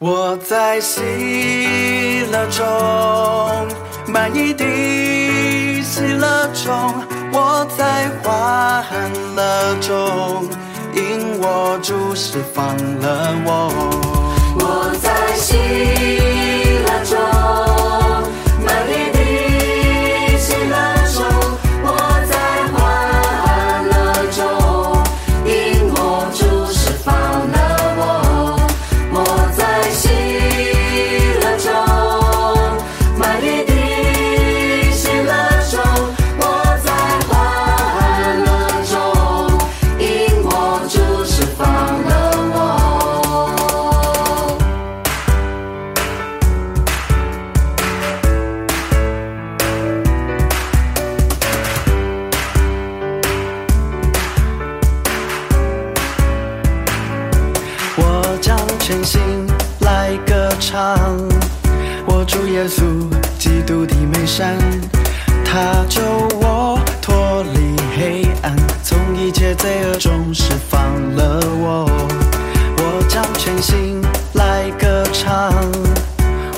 我在喜乐中，满意的喜乐中，我在欢乐中，因我主释放了我。我在喜乐中，满意的喜乐中，我在欢乐中，因我主释放了我。我在喜乐中，满意的喜乐中，我在欢乐中，因我主释放了我。我将全心来歌唱，我主耶稣基督的美善，他救我脱离黑暗，从一切罪恶中释放了我。我将全心来歌唱，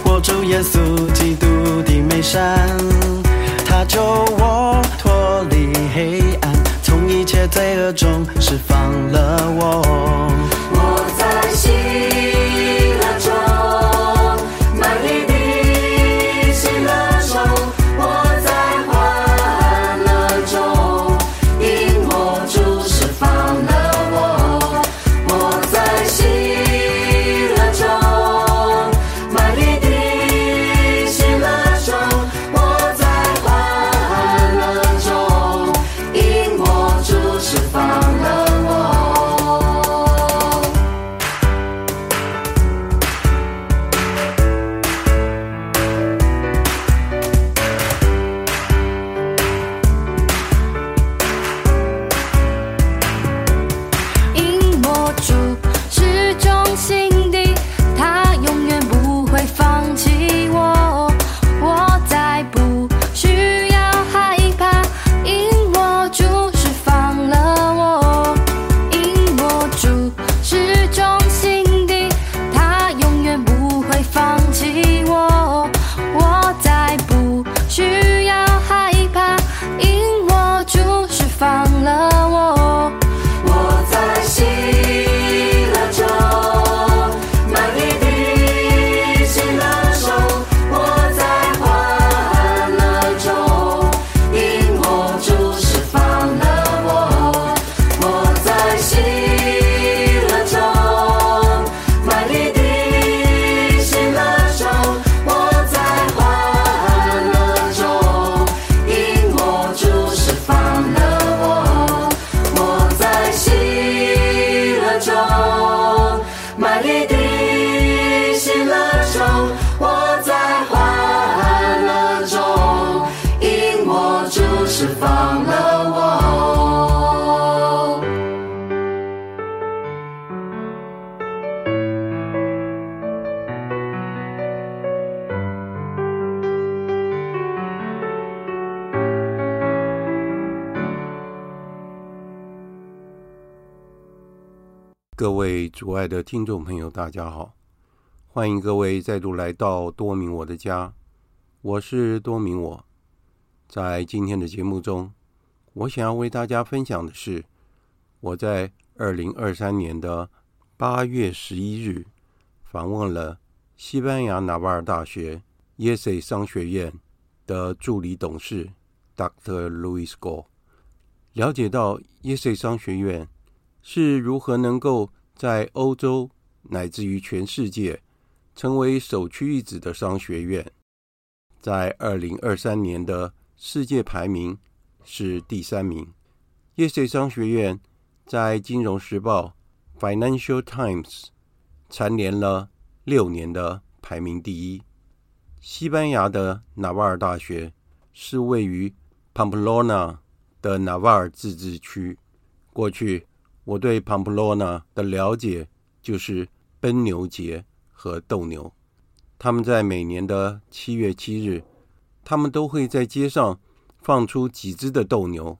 我主耶稣基督的美善，他救我脱离黑暗，从一切罪恶中释放了我。我在喜乐中，满意的喜乐中，我在欢乐中，因我主释放了我。我在喜乐中，满意的喜乐中，我在欢乐中，因我主释放了我。因我主是忠心的，他永远不会放弃我。我再不需要害怕，因我主释放了我。因我主是忠心的，他永远不会放弃我。我再不需要害怕，因我主释放了我。我在喜乐中，满意的喜乐中，我在欢乐中，因我主释放了我。我在喜乐中，满意的喜乐中，我在欢乐中，因我主释放了我。我在喜乐中，满意的喜乐中，我在欢乐中，因我主释放了我。各位主爱的听众朋友，大家好，欢迎各位再度来到多明我的家，我是多明我。在今天的节目中，我想要为大家分享的是我在二零二三年的八月十一日访问了西班牙纳瓦尔大学耶塞商学院的助理董事 Dr. Louis Gore，了解到耶塞商学院是如何能够在欧洲乃至于全世界成为首屈一指的商学院，在二零二三年的世界排名是第三名。耶塞商学院在《金融时报》（Financial Times） 蝉联了六年的排名第一。西班牙的纳瓦尔大学是位于 Pamplona 的纳瓦尔自治区。过去我对庞普洛纳的了解就是奔牛节和斗牛，他们在每年的七月七日，他们都会在街上放出几只的斗牛，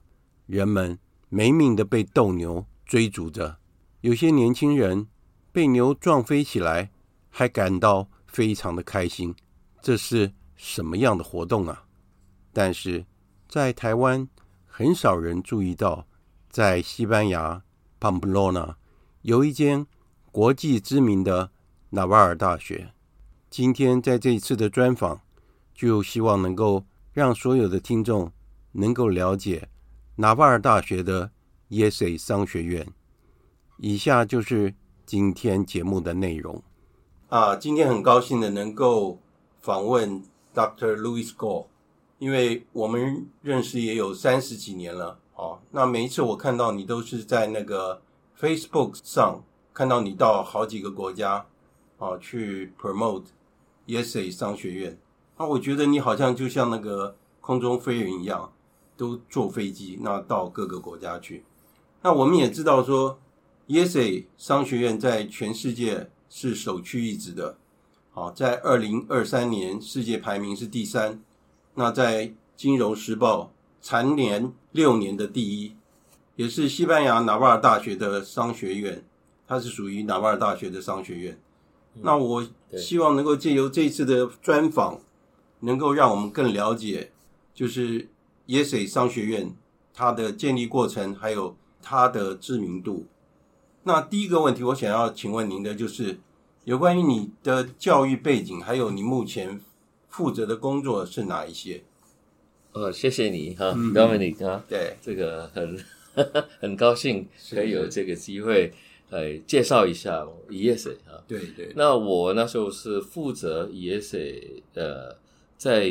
人们没命的被斗牛追逐着，有些年轻人被牛撞飞起来，还感到非常的开心。这是什么样的活动啊？但是在台湾，很少人注意到，在西班牙庞布洛纳有一间国际知名的纳瓦尔大学。今天在这一次的专访，就希望能够让所有的听众能够了解纳瓦尔大学的耶塞商学院。以下就是今天节目的内容。啊，今天很高兴的能够访问 Dr. Louis Gore，因为我们认识也有三十几年了哦。那每一次我看到你都是在那个 Facebook 上看到你到好几个国家啊去 promote Yese 商学院。那我觉得你好像就像那个空中飞人一样，都坐飞机那到各个国家去。那我们也知道说 Yese 商学院在全世界是首屈一指的。好，在二零二三年世界排名是第三，那在《金融时报》蝉联六年的第一，也是西班牙纳瓦尔大学的商学院，它是属于纳瓦尔大学的商学院。那我对希望能够借由这次的专访，能够让我们更了解，就是耶塞商学院它的建立过程，还有它的知名度。那第一个问题，我想要请问您的就是有关于你的教育背景，还有你目前负责的工作是哪一些？呃，谢谢你哈、d 嗯 o m i n i c 啊，对，这个很 很高兴是可以有这个机会来介绍一下 ES 啊。对对，那我那时候是负责 ES 呃，在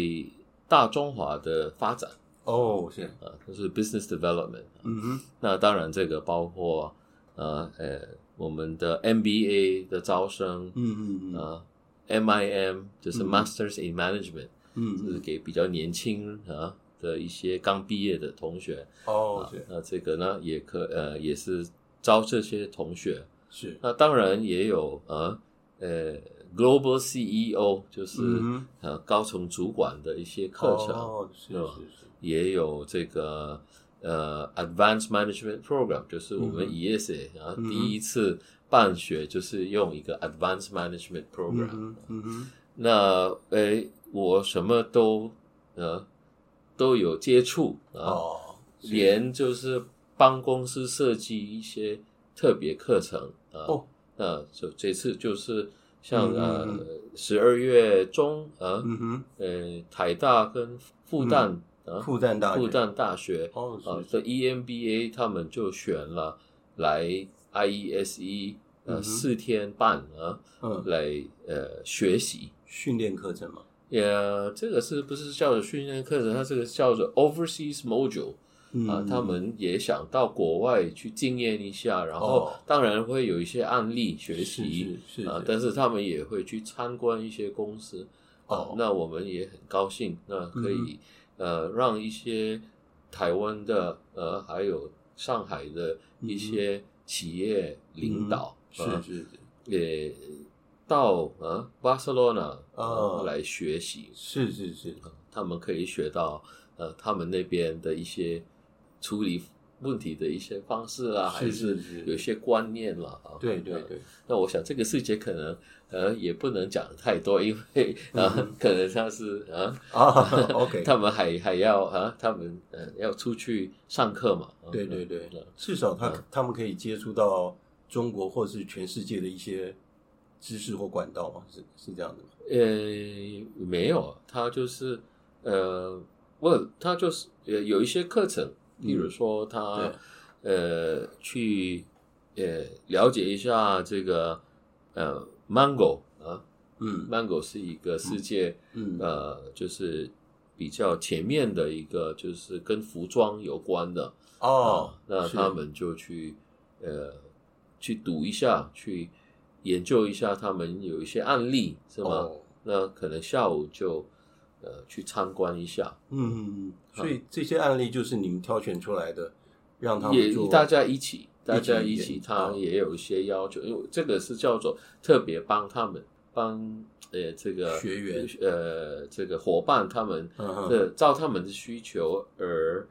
大中华的发展哦，是，啊，就是 business development。嗯哼，那当然这个包括呃呃我们的 MBA 的招生，嗯嗯嗯啊、MIM 就是嗯 Masters in Management，、就是嗯，给比较年轻啊的一些刚毕业的同学。哦，啊是，那这个呢，也可呃也是招这些同学。是，那当然也有呃呃 Global CEO，就是、嗯哼呃高层主管的一些课程，哦，是对吧是是，也有这个呃 Advanced Management Program，就是我们 E 嗯 ESA、然后嗯哼啊第一次办学就是用一个 Advanced Management 嗯 Program、哼嗯哼，那诶，我什么都呃都有接触啊，哦，是连就是帮公司设计一些特别课程啊。哦，那这这次就是像嗯呃嗯十二月中啊，嗯哼，呃台大跟复旦啊复旦大学复旦大学哦，啊是，的 EMBA 他们就选了来 IESE 嗯呃哼四天半啊嗯，来呃学习。训练课程嘛，也、这个是不是叫做训练课程？它这个叫做 overseas module 嗯啊、他们也想到国外去经验一下，然后哦当然会有一些案例学是习是是啊、是但是他们也会去参观一些公司啊、哦嗯那我们也很高兴，那可以、呃让一些台湾的呃还有上海的嗯一些企业领导、是啊是是也到啊巴塞罗那哦来学习，是是是，他们可以学到呃他们那边的一些处理问题的一些方式啊，还是是是是有一些观念啦。啊。对对呃对，那我想这个细节可能呃也不能讲太多，因为啊、 呃可能他是啊嗯啊，OK， 他们还还要啊他们呃要出去上课嘛。啊对对对呃，至少他嗯他们可以接触到中国或是全世界的一些知识或管道嘛，是是这样的吗？呃，没有，他就是呃，我他就是呃有一些课程，例如说他、呃去呃了解一下这个呃 mango 啊嗯，mango 是一个世界、嗯呃就是比较前面的一个就是跟服装有关的哦啊，那是他们就去呃去读一下，去研究一下他们有一些案例是吗？哦那可能下午就呃去参观一下，嗯，嗯嗯，所以这些案例就是你们挑选出来的，让他们也做大家一起，大家一一起，起他嗯也有一些要求，因为这个是叫做特别帮他们帮呃这个学员呃这个伙伴他们嗯哼的照他们的需求而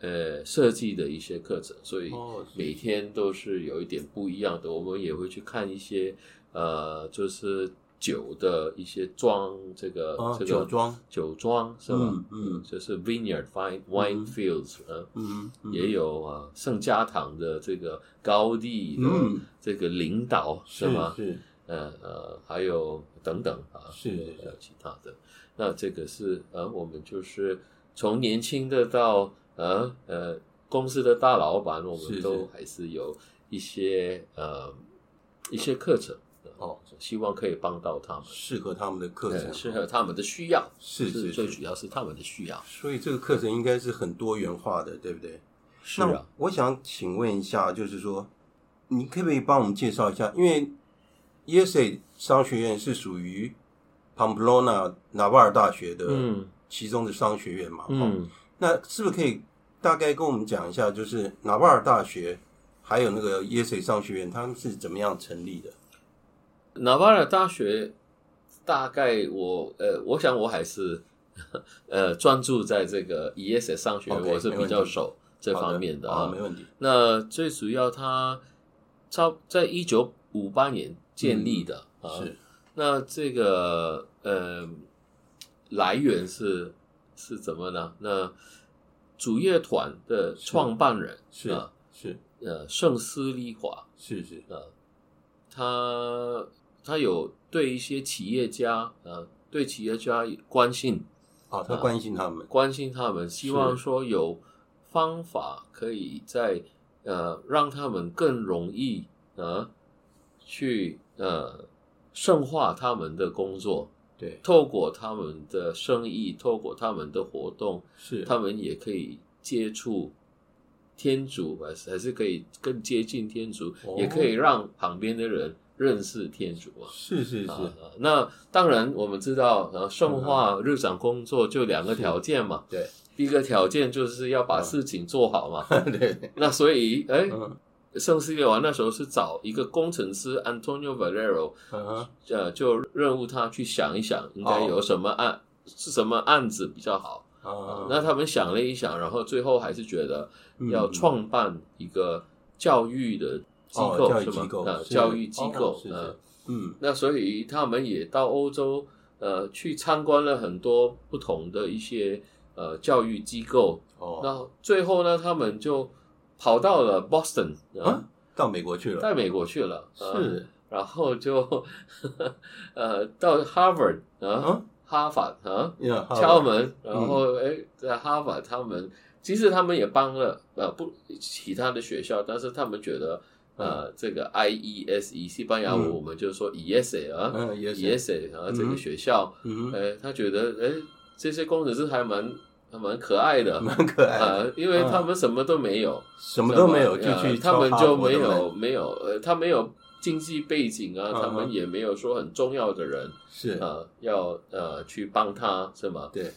呃设计的一些课程，所以哦是每天都是有一点不一样的。我们也会去看一些呃就是酒的一些庄，这个、啊，这个酒庄，酒庄是吧？嗯嗯就是 vineyard wine wine fields，呃、嗯嗯也有啊圣家堂的这个高地的嗯这个领导、是吗？是呃呃，还有等等啊，是是还有其他的。那这个是呃，我们就是从年轻的到呃呃公司的大老板，我是们是都还是有一些呃一些课程呃哦，希望可以帮到他们，适合他们的课程，呃适合他们的需要，是是最是主要是他们的需要。所以这个课程应该是很多元化的，对不对？是那啊，我想请问一下，就是说，你可不可以帮我们介绍一下？因为 ESA 商学院是属于 Pamplona 纳瓦尔大学的嗯其中的商学院嘛？哦，嗯那是不是可以大概跟我们讲一下，就是纳瓦尔大学还有那个 ESA 商学院，他们是怎么样成立的？纳瓦尔大学大概我呃，我想我还是 呃专注在这个 ES 上学 OK，我是比没较问题熟这方面的啊，啊没。问题。那最主要它超在一九五八年建立的啊。嗯是那这个呃来源是是怎么呢？那主乐团的创办人是啊是呃圣斯利华，是是他他有对一些企业家，呃，对企业家关心啊，他关心他们关心他们，希望是说有方法可以在呃让他们更容易呃去呃深化他们的工作，对透过他们的生意，透过他们的活动，是他们也可以接触天主，还是还是可以更接近天主，哦也可以让旁边的人认识天主啊。是是是嗯啊，啊那当然我们知道，呃，圣化日常工作就两个条件嘛。对 第一个条件就是要把事情做好嘛。对那所以，哎，嗯圣西列王那时候是找一个工程师 Antonio Valero，嗯哼呃，就任务他去想一想，应哦该有什么案、是什么案子比较好。啊那他们想了一想，然后最后还是觉得嗯要创办一个教育的机哦构，教育是吗机构？呃是教育机哦构是，是呃嗯那所以他们也到欧洲，呃，去参观了很多不同的一些呃教育机构。哦，那最后呢，他们就跑到了 Boston，呃啊，到美国去了，在美国去了，呃，是然后就 呃到 Harvard，呃啊，哈法，呃，呀，敲门，然后嗯哎，在哈佛他们其实他们也帮了呃不其他的学校，但是他们觉得呃这个 I E S E 西班牙文嗯我们就说 E S A 啊嗯 E ，yes， S A 啊嗯这个学校，嗯哼，哎他觉得哎这些工程师还蛮还蛮可爱的。蛮可爱的，嗯呃，因为他们什么都没有，什么都没有什就么呃去他敲们哈就佛没的有门没有，呃，他没有经济背景啊，嗯他们哼也没有说很重要的人，是，呃，要呃去帮他是吗？对，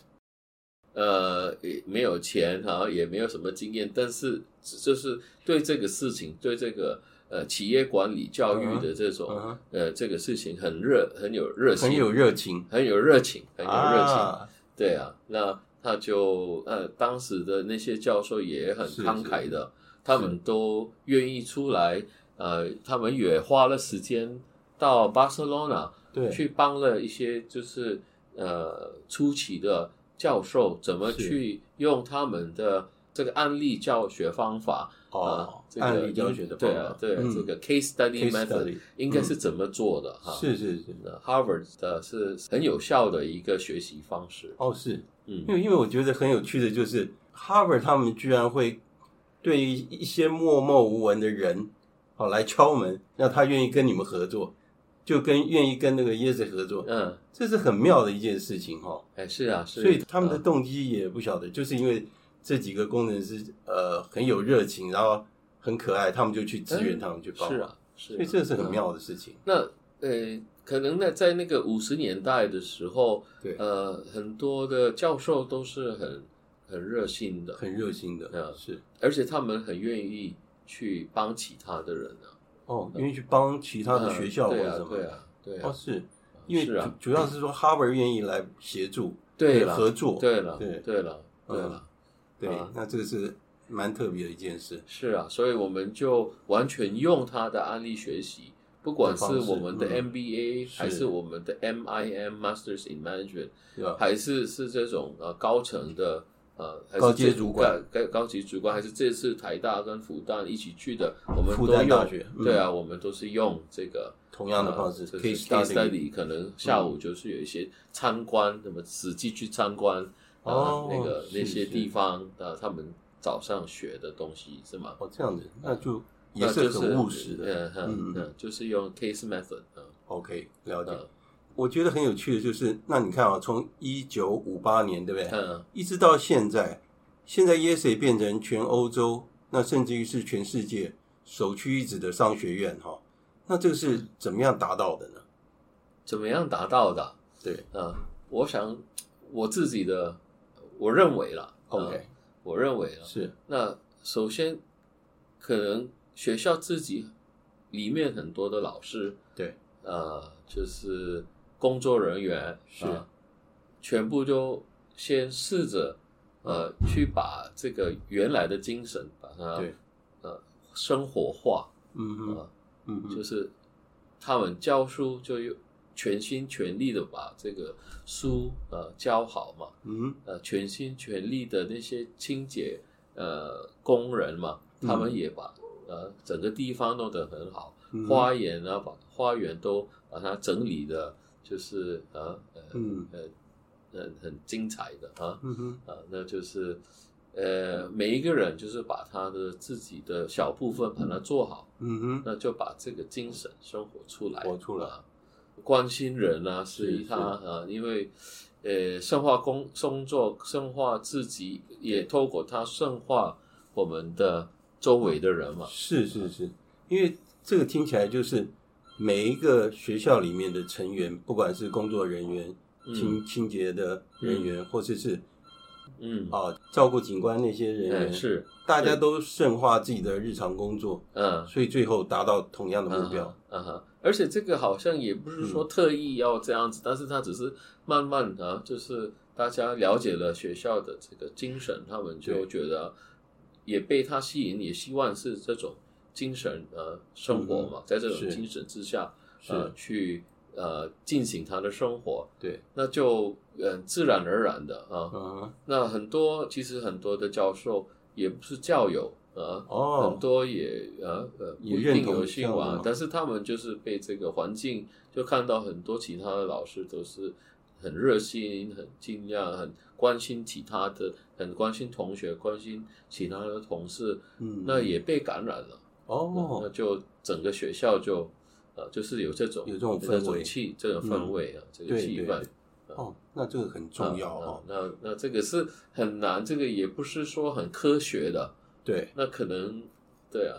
呃，也没有钱哈、也没有什么经验，但是就是对这个事情，对这个呃企业管理教育的这种、嗯哼，呃这个事情很热，很有热情，很有热情，很有热情，很有热情，啊对啊，那他就呃当时的那些教授也很是慷是慨的，他们都愿意出来，呃，他们也花了时间到巴塞罗那。对，去帮了一些就是呃初期的教授怎么是去用他们的这个案例教学方法啊哦，，这个案例教学的对方啊法，对啊嗯这个 case study case method study，嗯应该是怎么做的哈？是是是，那，Harvard 的是很有效的一个学习方式，哦是，嗯因为因为我觉得很有趣的就是，Harvard 他们居然会对于一些默默无闻的人，哦来敲门，让他愿意跟你们合作，就跟愿意跟那个椰子合作，嗯，这是很妙的一件事情哈、哦。哎是啊，是，所以他们的啊动机也不晓得，就是因为这几个工程师呃很有热情，然后很可爱，他们就去支援他们去帮忙。是啊，是啊，所以这是很嗯妙的事情。那呃，可能呢，在那个五十年代的时候，对呃，很多的教授都是很很热心的，很热心的，嗯是而且他们很愿意去帮其他的人啊，哦，因为去帮其他的呃学校或对者啊什，么，对啊，对哦啊，是，因为是主、啊主要是说哈佛愿意来协助，对了，哦合作，对了，对对了，对嗯了，对啊那这个是蛮特别的一件事，是啊，所以我们就完全用他的案例学习不管是的方式我们的嗯 MBA、是还是我们的 MIM Masters in Management，对吧？还是是这种呃高层的呃还是高阶这主管高高高级主管，还是这次台大跟复旦一起去的，我们啊复都旦用大学嗯对啊，我们都是用这个同样的方式呃就是 case case study study，可能下午就是有一些参观，那么实际去参观啊、嗯哦那个是那些是地方啊、他们早上学的东西是吗？哦，这样子，那就也那是就很务实的嗯。嗯嗯嗯，就是用 case method 嗯 OK，了解嗯。我觉得很有趣的就是，那你看啊，从一九五八年，对不对？嗯一直到现在，现在 ESA 变成全欧洲，那甚至于是全世界首屈一指的商学院哈。那这个是怎么样达到的呢？怎么样达到的？对呃，我想我自己的，我认为啦呃，OK，我认为啦。是那首先，可能学校自己里面很多的老师，对，呃，就是工作人员是呃全部都先试着呃去把这个原来的精神把它对，呃生活化，嗯哼，呃，嗯哼，就是他们教书就用全心全力的把这个书呃教好嘛，嗯呃全心全力的那些清洁呃工人嘛，他们嗯也把、呃整个地方弄得很好，嗯花园啊把花园都把它整理的，就是呃呃、嗯呃很很精彩的啊嗯哼，啊、那就是呃每一个人就是把他的自己的小部分把它做好。嗯哼，那就把这个精神生活出来，活出来啊关心人啊，是是一他啊，因为呃，深化工工作，深化自己，也透过它深化我们的周围的人嘛，是是是，因为这个听起来就是每一个学校里面的成员，不管是工作人员、嗯清清洁的人员，或者是嗯，啊照顾警官那些人哎员，是，大家都深化自己的日常工作，嗯，所以最后达到同样的目标。嗯嗯哼，嗯哼，而且这个好像也不是说特意要这样子，但是他只是慢慢的、啊，就是大家了解了学校的这个精神，他们就对觉得也被他吸引，也希望是这种精神呃生活嘛，在这种嗯是精神之下呃是，去呃进行他的生活，对，那就嗯、呃自然而然的啊、嗯，那很多其实很多的教授也不是教友啊，哦很，多也呃呃不也一认定同有这信样的仰吗，但是他们就是被这个环境就看到很多其他的老师都是很热心、很尽量、很关心其他的、很关心同学、关心其他的同事，嗯，那也被感染了，那哦，就整个学校就呃就是有这种有这种氛这种围气这种氛嗯围啊，这个对气对氛对。哦，那这个很重要啊哦。啊那那这个是很难，这个也不是说很科学的，对，那可能对啊，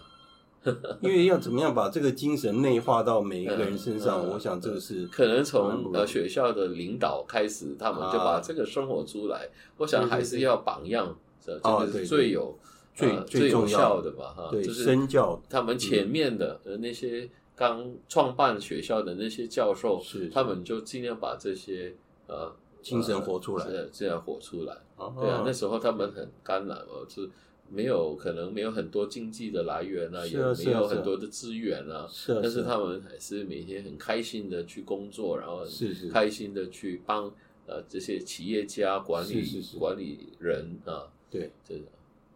因为要怎么样把这个精神内化到每一个人身上，嗯嗯我想这个是可能蛮不从容易呃学校的领导开始，他们就啊把这个生活出来。我想还是要榜样，这这哦个对是最有最呃最最有重要效的吧？哈，对就是身教嗯他们前面的呃那些刚创办学校的那些教授是，他们就尽量把这些呃精神活出来呃这样活出来。哦对啊，那时候他们很干扰，呃是没有可能没有很多经济的来源啊，是也啊是啊没有是啊很多的资源啊，是啊，但是啊他们还是每天很开心的去工作，然后是是开心的去帮呃这些企业家、管理是是是管理人啊，对这种，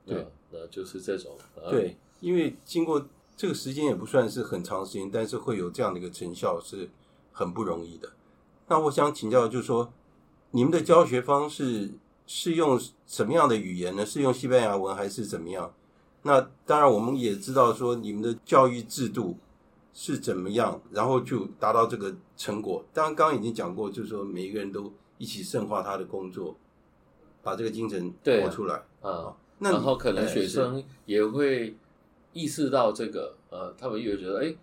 对啊，那就是这种，啊、对，呃因为经过这个时间也不算是很长时间，但是会有这样的一个成效是很不容易的。那我想请教，就是说你们的教学方式是用什么样的语言呢？是用西班牙文还是怎么样？那当然，我们也知道说你们的教育制度是怎么样，然后就达到这个成果。当然，刚刚已经讲过，就是说每一个人都一起深化他的工作，把这个精神对啊活出来。啊，那然你后可能哎学是生也会意识到这个，呃，他们也会觉得，哎，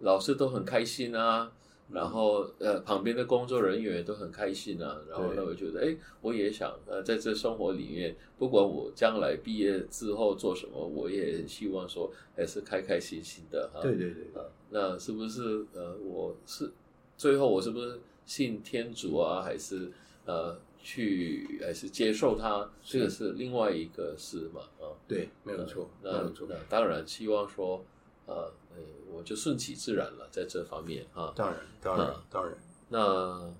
老师都很开心啊，然后呃，旁边的工作人员也都很开心啊，然后对他们觉得，哎，我也想呃，在这生活里面，不管我将来毕业之后做什么，我也希望说还是开开心心的哈、啊。对对对，啊，那是不是呃，我是最后我是不是信天主啊，还是呃去还是接受他？这个是另外一个事嘛啊，对，没有错，没嗯那有错那。当然希望说呃，哎我就顺其自然了，在这方面啊。当然，当然嗯，当然，那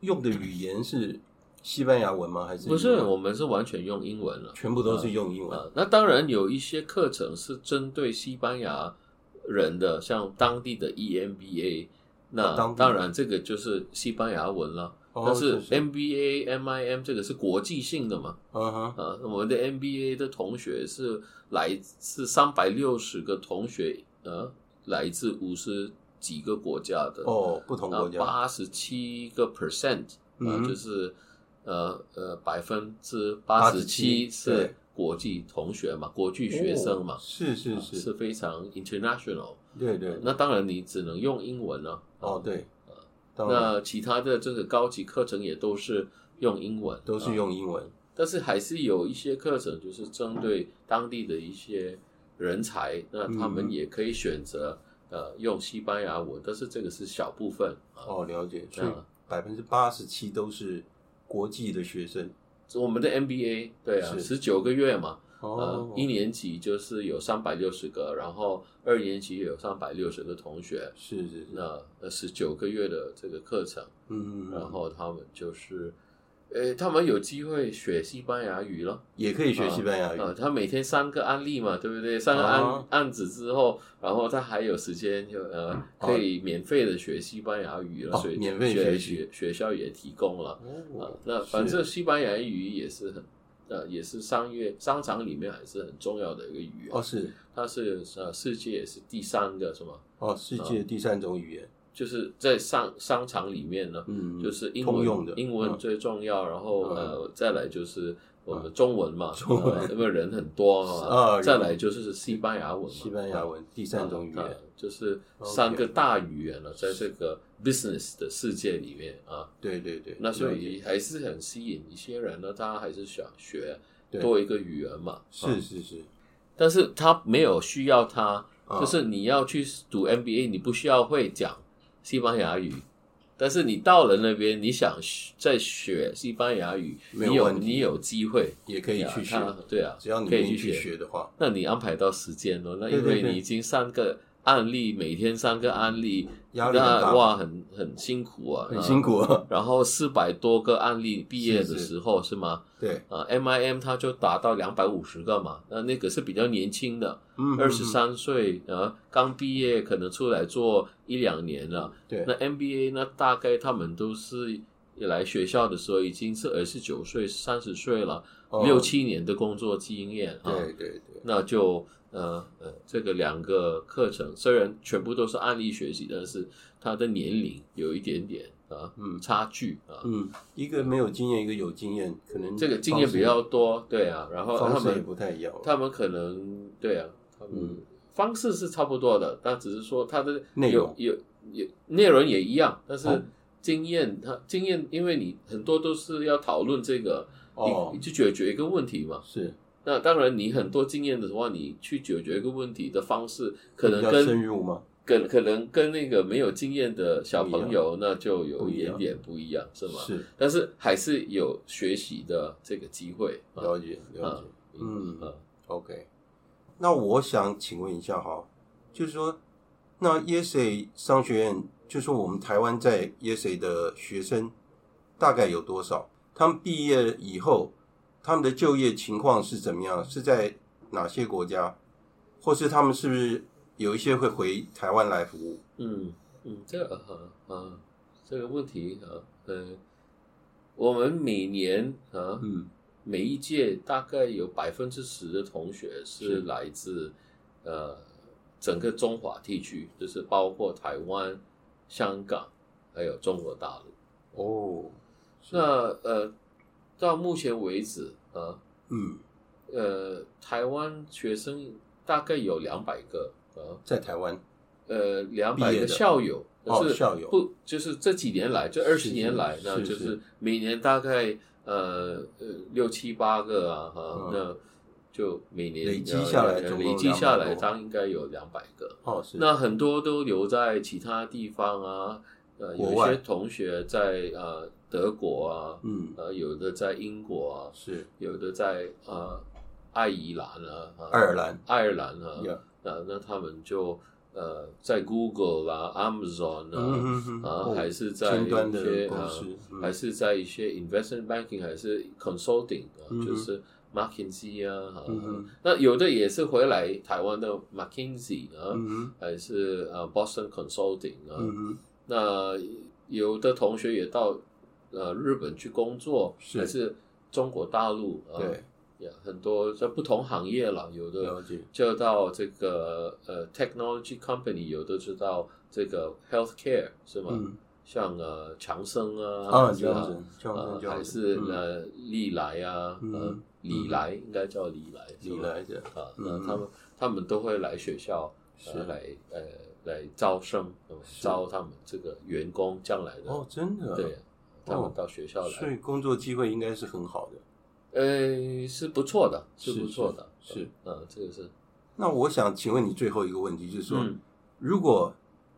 用的语言是西班牙文吗？还是不英是文我们是完全用英文了全部都是用英文？啊？那当然有一些课程是针对西班牙人的，像当地的 E EMBA，那啊当地当然这个就是西班牙文了。哦但是是是 MBA、MIM 这个是国际性的嘛？嗯哼，啊，我们的 MBA 的同学是来自三百六十个同学，呃，来自五十几个国家的，哦，不同国家，八十七个 percent，啊，嗯就是呃呃百分之八十七87%是对国际同学嘛，国际学生嘛，哦是是啊是，是非常 international。对对，那当然你只能用英文了、啊，哦对，当然那其他的这个高级课程也都是用英文，都是啊用英文，但是还是有一些课程就是针对当地的一些人才，那他们嗯也可以选择呃用西班牙文，但是这个是小部分啊。哦了解，这所以样啊百分之八十七都是国际的学生，我们的 MBA 对啊，十是九个月嘛，哦呃，，一年级就是有三百六十个，然后二年级也有三百六十个同学，是是是，那呃十九个月的这个课程，嗯，然后他们就是，呃，他们有机会学西班牙语了。也可以学西班牙呃，语，他每天三个案例嗯嘛，对不对？三个案、啊案子之后，然后他还有时间就呃，可以免费的学西班牙语了，哦所以免费学学习学学校也提供了。啊哦，那反正西班牙语也是很呃，也是商业商场里面还是很重要的一个语言。哦是它是呃，世界也是第三个是吗？哦，世界嗯第三种语言，就是在商商场里面呢，嗯，就是英文通用的英文嗯最重要，然后嗯呃，再来就是我们中文嘛， 中文呃因为人很多 嘛，啊再来就是西班牙文嘛，西班牙文第嗯三种语嗯言，就是 OK 三个大语言了，在这个 business 的世界里面啊，对对对，那所了解以还是很吸引一些人呢，他还是想学对多一个语言嘛，啊是是是，但是他没有需要他，啊就是你要去读 MBA，你不需要会讲西班牙语，但是你到了那边，你想学再学西班牙语，没有你有问题你有机会也可以去学啊他，对啊，只要你可以愿意去去学的话，那你安排到时间了，那对因为对对你已经上个案例，每天上个案例，压力很那大哇，很很辛苦啊，很辛苦。苦，啊，然后四百多个案例毕业是的是时候是吗？对，啊，MIM 它就达到两百五十个嘛，那那个是比较年轻的，嗯，二十，三岁，然后刚毕业，可能出来做一两年了。嗯对，那 MBA 呢，大概他们都是来学校的时候已经是二十九岁、三十岁了，哦六，七年的工作经验啊。对对对，那就呃呃，这个两个课程虽然全部都是案例学习，但是他的年龄有一点点啊嗯差距啊。嗯，一个没有经验，一个有经验，可能这个经验比较多，对啊，然后他方式也们不太一样了，他们可能对啊，他们、嗯方式是差不多的，但只是说它的内有容有有内容也一样，但是哦经验它经验，因为你很多都是要讨论这个，哦你你去解决一个问题嘛。是那当然，你很多经验的话，你去解决一个问题的方式，可比能较深跟入吗？跟可能跟那个没有经验的小朋友，那就有不一一样点点不一样，是吗？是，但是还是有学习的这个机会啊了解了啊解，嗯啊 OK，那我想请问一下哈，就是说，那 YESA 商学院，就是说我们台湾在 YESA 的学生大概有多少？他们毕业以后，他们的就业情况是怎么样？是在哪些国家？或是他们是不是有一些会回台湾来服务？嗯，嗯，这个啊啊，这个问题啊，呃，我们每年啊，嗯，每一届大概有百分之十的同学是是来自呃整个中华地区，就是包括台湾、香港还有中国大陆。哦，是那呃，到目前为止啊，嗯，呃，台湾学生大概有两百个啊，在台湾呃两百毕业的个校友，哦就是校友不就是这几年来，这二是十是年来呢，是就是是每年大概呃呃六七八个啊哈、嗯那就每年累积下来呃总共累积下来， 200多当应该有两百个。哦，是那很多都留在其他地方啊，呃，有国一外些同学在呃德国啊，嗯呃，有的在英国啊，是有的在呃爱尔兰啊，啊爱尔兰爱尔兰啊，呀啊，那他们就呃在 Google 啦、Amazon 啊。嗯哼哼啊，哦还是在尖一端的些公啊司，嗯还是在一些 investment banking，还是 consulting 啊，嗯哼就是 McKinsey 啊，啊嗯哼那有的也是回来台湾的 McKinsey 啊，嗯哼还是呃 Boston Consulting 啊，嗯哼那有的同学也到呃日本去工作，是还是中国大陆啊，对，也很多在不同行业了，有的了解，就到这个呃 technology company，有的就到这个 healthcare 是吗？嗯像呃强生啊，啊，还是这样啊子，这样呃子，这样还子是嗯呃利来啊，嗯呃嗯李来应该叫李来，是吧你来的，啊，嗯那他们他们都会来学校是呃来呃来招生，呃是招他们这个员工将来的哦，真的，哦对，，他们到学校所以来，工作机会应该是很好的。呃是不错的，是不错的，是是呃，啊这个是那我想请问你最后一个问题，就是说，嗯如果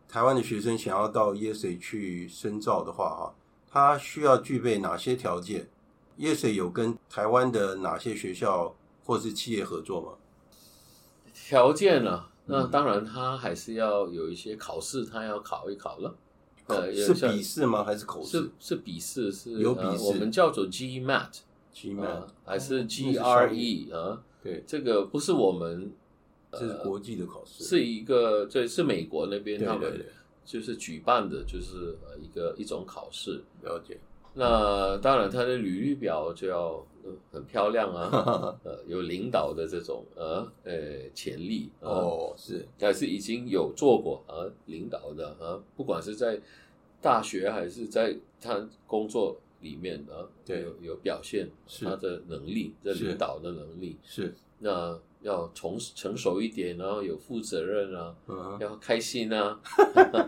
台湾的学生想要到 ESA 去深造的话，哈，他需要具备哪些条件？ESA 有跟台湾的哪些学校或是企业合作吗？条件呢、嗯那当然他还是要有一些考试，他要考一考了。呃，有是像笔试吗？还是口是试是笔试，是有笔呃试哦我们叫做 GMAT 啊 GMAT，，还是商业 GRE 啊？对，这个不是我们，这是国际的考试，呃是一个这是美国那边对他对们对，就是举办的，就是呃一个一种考 试。了解，那当然，他的履历表就要呃很漂 亮啊，哦，呃，有领导的这种呃呃潜力啊。哦是，还是已经有做过啊，领导的啊，不管是在大学还是在他工作里面啊，对有有表现是他的能力，啊这是领导的能力，是，那要成成熟一点，然后有负责任啊，嗯哼，要开心啊，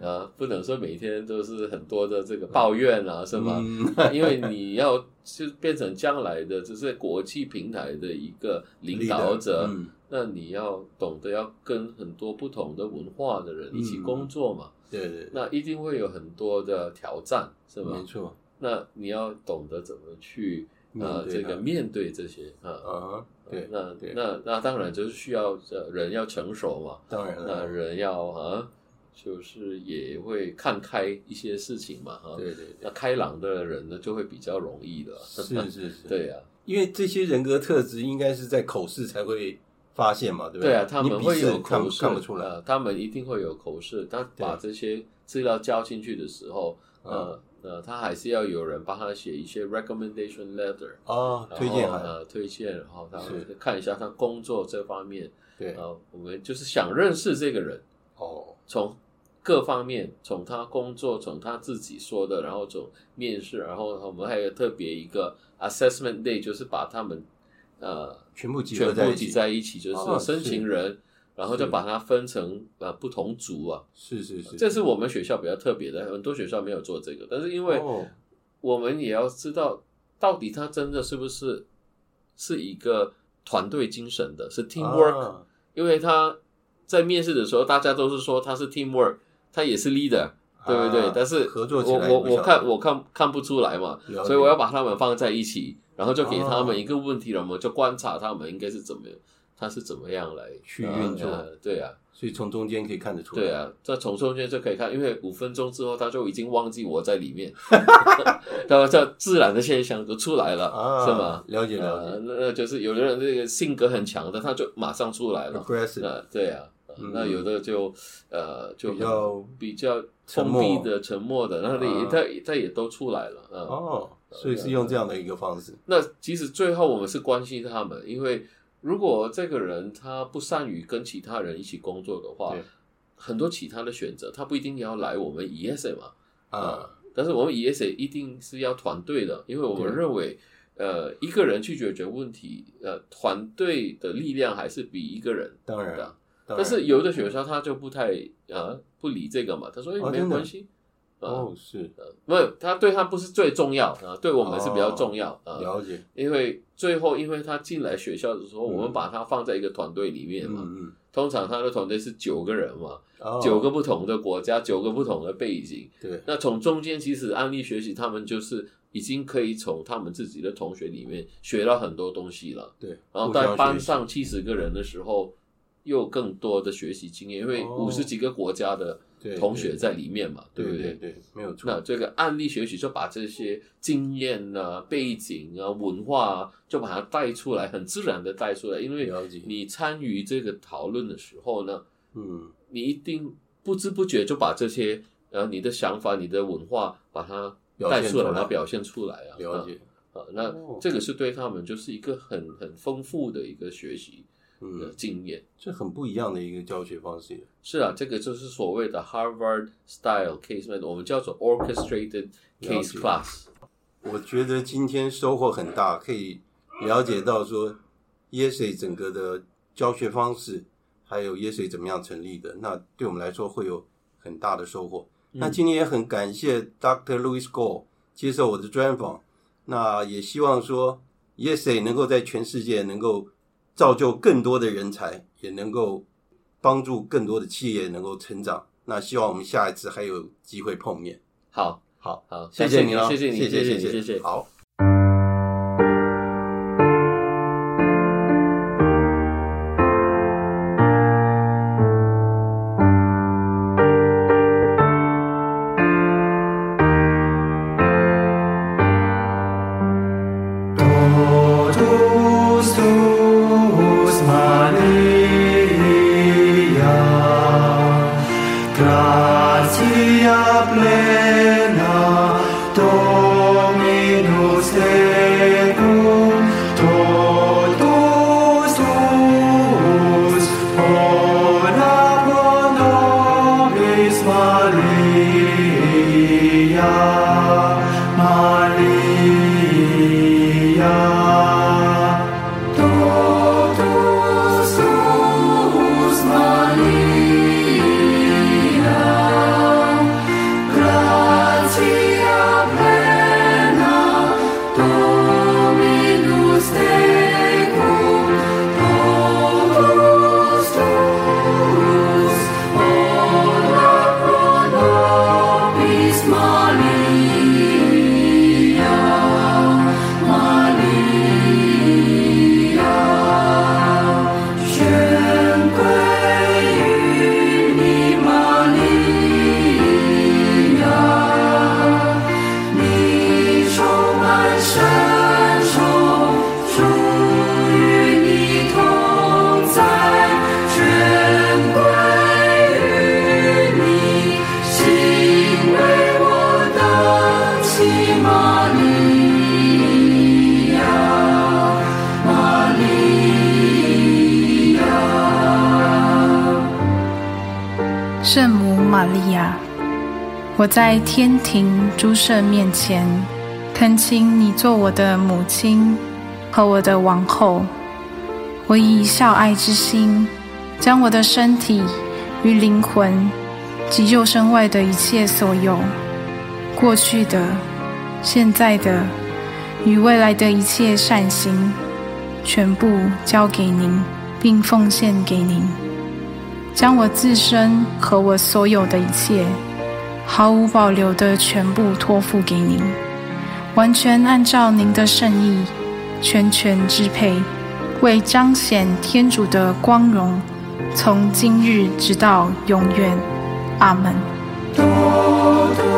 啊，不能说每天都是很多的这个抱怨啊，是吗？嗯 因为你要是变成将来的就是国际平台的一个领导者，嗯那你要懂得要跟很多不同的文化的人一起工作嘛，对对，对那一定会有很多的挑战，是嗯没吧？错，那你要懂得怎么去呃面对这它个面对这些啊，嗯哼，对，那对那那当然就是需要呃人要成熟嘛，当然那了，人要啊就是也会看开一些事情嘛哈。对对对。那开朗的人呢，就会比较容易的。是是是， 对呀、啊因为这些人格特质应该是在口试才会发现嘛，对不对啊，对他你们笔会试有看口不试，看不出来，呃他们一定会有口试。他把这些资料交进去的时候，呃嗯呃，他还是要有人帮他写一些 recommendation letter，哦，然后推荐函，呃推荐，然后他是看一下他工作这方面，对，呃，我们就是想认识这个人，哦，从各方面，从他工作，从他自己说的，然后从面试，然后我们还有特别一个 assessment day，就是把他们呃全部集合全部在一挤起，在一起，就哦是申请人，然后就把它分成呃不同组啊。是是是，这是我们学校比较特别的，很多学校没有做这个，但是因为哦我们也要知道，到底他真的是不是是一个团队精神的，是 teamwork，、啊因为他在面试的时候，大家都是说他是 teamwork，他也是 leader。对不对？啊但是合作起我来我不晓我得看我看看不出来嘛，了解所以我要把他们放在一起，然后就给他哦们一个问题，然后我们就观察他们应该是怎么，他是怎么样来去运作呃对啊，所以从中间可以看得出来，对，啊，这从中间就可以看，因为五分钟之后他就已经忘记我在 里面，然后这自然的现象就出来了，啊，是吗？？了解呃了，那那就是有的人这个性格很强的，他就马上出来解了。 ，aggressive，那对啊，呃嗯那有的就呃就比较比较沉封默闭的、沉默的，那啊也他他也都出来了。嗯，哦，所以是用这样的一个方式，那其实最后我们是关心他们，因为如果这个人他不善于跟其他人一起工作的话对，很多其他的选择，他不一定要来我们 ESA 嘛。啊，但是我们 ESA 一定是要团队的，因为我们对认为，呃，一个人去解决问题，呃，团队的力量还是比一个人当然的。当然但是有的学校他就不太呃不理这个嘛，他说哎、哦没真的关系，哦是呃，不是他对他不是最重要啊、呃对我们是比哦较重要啊、呃了解，因为最后因为他进来学校的时候，我们把他放在一个团队里面嘛，嗯嗯，通常他的团队是九个人嘛，哦九个不同的国家，九个不同的背景，对，那从中间其实案例学习，他们就是已经可以从他们自己的同学里面学到很多东西了。对，然后互相在班学习上七十个人的时候，又更多的学习经验，因为哦五十几个国家的对同学在里面嘛，对不对对，没有错那。这个案例学习就把这些经验啊、背景啊、文化啊，就把它带出来，很自然的带出来。因为了解你参与这个讨论的时候呢，嗯，你一定不知不觉就把这些呃你的想法、你的文化把它带出表现出来，来把它表现出来啊。了解。啊，那哦这个是对他们就是一个很很丰富的一个学习的嗯，经验。这很不一样的一个教学方式。是啊，这个就是所谓的 Harvard style case m a n 我们叫做 orchestrated 了 case 解 class。我觉得今天收获很大，可以了解到说 Yes 整个的教学方式，还有 Yes 怎么样成立的，那对我们来说会有很大的收获。那今天也很感谢 Dr. Louis Go 接受我的专访，那也希望说 Yes 能够在全世界能够造就更多的人才，也能够帮助更多的企业能够成长。那希望我们下一次还有机会碰面。好，好，好，谢谢你哦，呃谢谢你，谢谢谢你，谢谢谢。好。 Totus tuus Maria, gratia plena Dominus tecum, totus tuus ora pro nobis Maria, Maria. Totus tuus Maria, gratia plena Dominus tecum, totus tuus ora pro nobis Maria, Maria. 全归于你，玛利亚，你充满神宠，属于你同在，全归于你，心为我荡起，玛利亚，玛利亚。圣母玛利亚，我在天庭诸圣面前恳请你做我的母亲和我的王后。我以孝爱之心，将我的身体与灵魂及肉身外的一切所有，过去的、现在的与未来的一切善行，全部交给您，并奉献给您。将我自身和我所有的一切，毫无保留的全部托付给您，完全按照您的圣意，全权支配，为彰显天主的光荣，从今日直到永远。阿门。 Totus